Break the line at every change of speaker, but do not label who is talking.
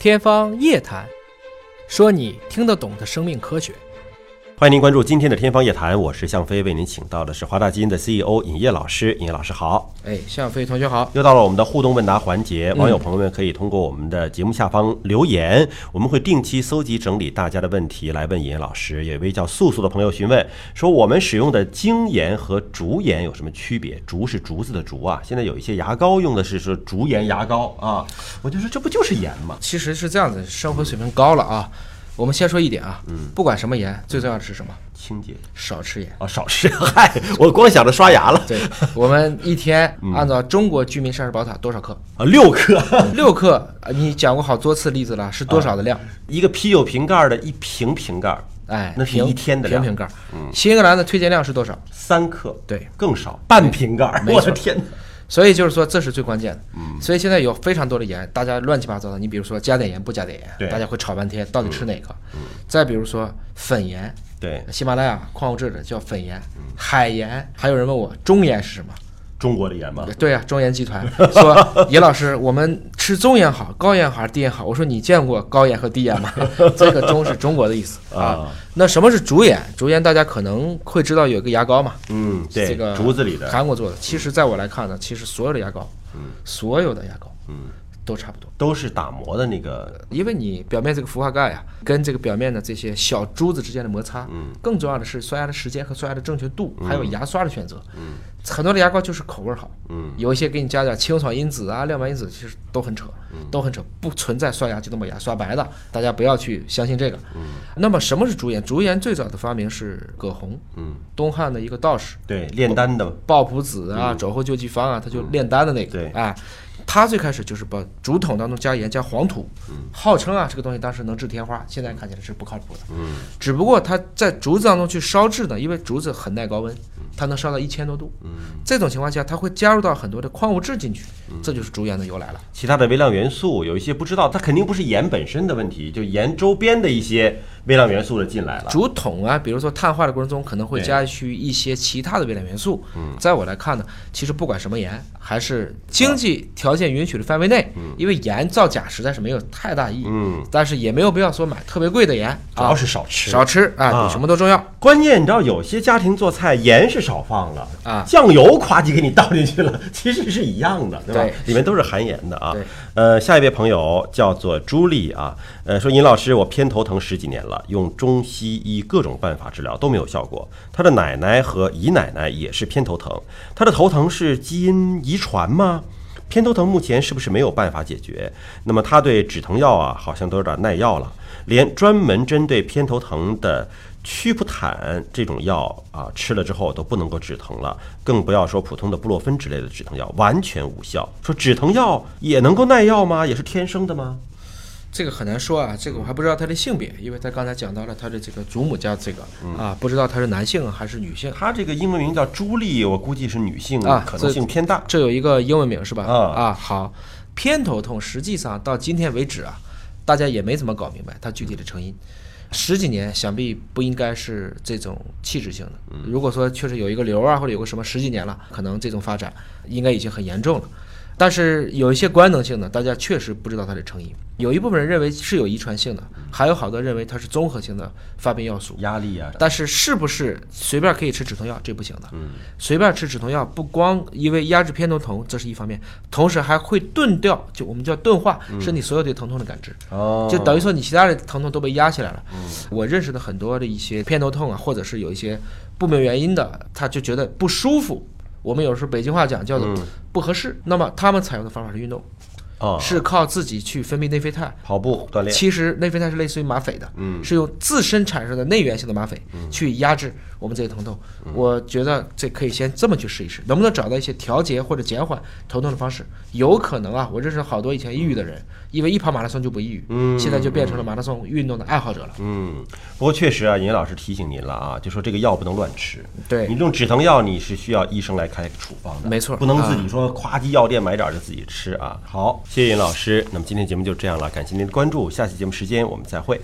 天方夜谭，说你听得懂的生命科学。
欢迎您关注今天的《天方夜谭》，我是向飞，为您请到的是华大基因的 CEO 尹烨老师。尹烨老师好，
哎，向飞同学好。
又到了我们的互动问答环节，网友朋友们可以通过我们的节目下方留言，我们会定期搜集整理大家的问题来问尹烨老师。有一位叫素素的朋友询问说，我们使用的精盐和竹盐有什么区别？竹是竹子的竹啊，现在有一些牙膏用的是说竹盐牙膏啊，我就说这不就是盐吗？
其实是这样子，生活水平高了啊。我们先说一点啊，
嗯
不管什么盐，最重要的是什么？
清洁
少吃盐。
啊，少吃， 嗨，我光想着刷牙了
对 我们一天
嗯
按照中国居民膳食宝塔多少克？
啊，六克。
六克，啊你讲过好多次例子了，是多少的量？
一个啤酒瓶盖儿的一瓶瓶盖儿，
哎，
啊那是一天的
瓶
量，嗯
瓶盖儿。新英格兰的推荐量是多少？
三克，
对，
更少，半瓶盖儿，
没
我
错
的天哪！
所以就是说，这是最关键的。
嗯
所以现在有非常多的盐，大家乱七八糟的。你比如说加点盐不加点
对嗯
盐，大家会吵半天，到底吃哪个？再比如说粉盐，
对，
喜马拉雅矿物质的叫粉盐，
嗯
海盐。还有人问我中盐是什么？
中国的盐吗？
对呀、中盐集 团说，野老师，我们吃中盐好，高盐好还是低盐好？我说你见过高盐和低 盐吗？这个中是中国的意思啊
啊。
那什么是竹盐？竹盐大家可能会知道有一个牙膏嘛，
嗯，对
这个，
竹子里的嗯
韩国做的。其实在我来看呢，其实所有的牙膏，所有的牙膏，
嗯
都差不多，
都是打磨的那个，
因为你表面这个氟化钙啊，跟这个表面的这些小珠子之间的摩擦，
嗯
更重要的是刷牙的时间和刷牙的正确度，还有牙刷的选择，
嗯
很多的牙膏就是口味儿好，有一些给你加点清爽因子啊、亮白因子，其实都很扯，
嗯
都很扯，不存在刷牙就能把牙刷白的，大家不要去相信这个。
嗯
那么什么是竹盐？竹盐最早的发明是葛洪，
嗯
东汉的一个道士，
对，炼丹的，
鲍朴子啊，肘后救济方啊，他就炼丹的那个，
对
哎，他最开始就是把竹筒当中加盐加黄土，号称啊这个东西当时能治天花，现在看起来是不靠谱的。嗯，只不过他在竹子当中去烧制呢，因为竹子很耐高温，它能烧到一千多度。嗯，这种情况下，它会加入到很多的矿物质进去，这就是竹盐的由来了。
其他的微量元素有一些不知道，它肯定不是盐本身的问题，就盐周边的一些微量元素的进来了。
竹筒啊，比如说碳化的过程中可能会
对
加去一些其他的微量元素。嗯，在我来看呢，其实不管什么盐，还是
啊
经济条件允许的范围内，因为盐造假实在是没有太大意义。
嗯，
但是也没有必要说买特别贵的盐，
主要
啊，
是少吃，
少吃啊，
啊
比什么都重要。
关键你知道有些家庭做菜盐是少放了
啊
酱油夸叽给你倒进去了， 其实是一样的，对吧？
对
里面都是含盐的啊
对。
呃，下一位朋友叫做朱莉啊，呃，说尹老师，我偏头疼十几年了，用中西医各种办法治疗都没有效果。他的奶奶和姨奶奶也是偏头疼，他的头疼是基因遗传吗？偏头疼目前是不是没有办法解决？那么他对止疼药啊，好像都有点耐药了，连专门针对偏头疼的曲普坦这种药啊，吃了之后都不能够止疼了，更不要说普通的布洛芬之类的止疼药，完全无效。说止疼药也能够耐药吗？也是天生的吗？
这个很难说啊，这个我还不知道他的性别，因为他刚才讲到了他的这个祖母家这个
嗯
啊，不知道他是男性还是女性。
他这个英文名叫朱莉，我估计是女性，
啊
可能性偏大。
这有一个英文名是吧？
啊
好，偏头痛实际上到今天为止啊，大家也没怎么搞明白它具体的成因。十几年想必不应该是这种器质性的。如果说确实有一个瘤啊，或者有个什么十几年了，可能这种发展应该已经很严重了。但是有一些官能性的，大家确实不知道它的成因。有一部分人认为是有遗传性的，还有好多认为它是综合性的发病要素。
压力啊，
但是是不是随便可以吃止疼药，这不行的。
嗯
随便吃止疼药，不光因为压制偏头疼，这是一方面，同时还会钝掉，就我们叫钝化身体所有对疼痛的感知。
嗯哦，嗯
就等于说你其他的疼痛都被压起来了。我认识的很多的一些偏头痛啊，或者是有一些不明原因的，他就觉得不舒服。我们有时候北京话讲叫
嗯
做不合适，那么他们采用的方法是运动，
哦，
是靠自己去分泌内啡肽，
跑步锻炼。嗯
其实内啡肽是类似于吗啡的，是用自身产生的内源性的吗啡去压制我们这些疼痛。
嗯
我觉得这可以先这么去试一试，能不能找到一些调节或者减缓头痛的方式？有可能啊，我认识好多以前抑郁的人，因为一跑马拉松就不抑郁，现在就变成了马拉松运动的爱好者了。
嗯，不过确实啊，尹老师提醒您了啊，就说这个药不能乱吃。
对
你用止疼药，你是需要医生来开处方的，
没错
不能自己说夸叽药店买点儿就自己吃啊。好，谢谢尹老师。那么今天节目就这样了，感谢您的关注，下期节目时间我们再会。